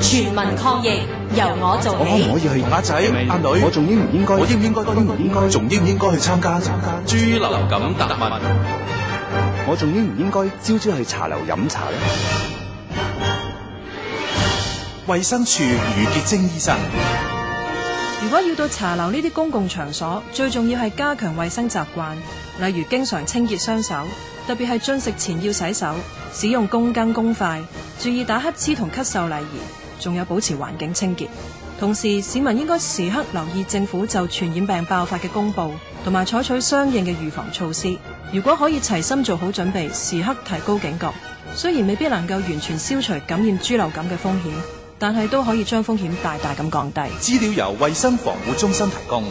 全民抗疫，由我做我可唔起。可以去同阿仔、阿女，我仲應唔應該？我應唔應該？應唔應該？仲應唔應該去參加？參加豬流感答問，我仲應唔應該朝朝去茶樓飲茶咧？衛生署余潔晶醫生，如果要到茶樓呢啲公共場所，最重要係加強衛生習慣，例如經常清潔雙手，特別係進食前要洗手，使用公羹公筷，注意打乞嗤同咳嗽禮儀，仲有保持環境清潔。同時，市民應該時刻留意政府就傳染病爆發嘅公佈，同埋採取相應嘅預防措施。如果可以齊心做好準備，時刻提高警覺，雖然未必能夠完全消除感染豬流感嘅風險，但係都可以將風險大大咁降低。資料由衛生防護中心提供。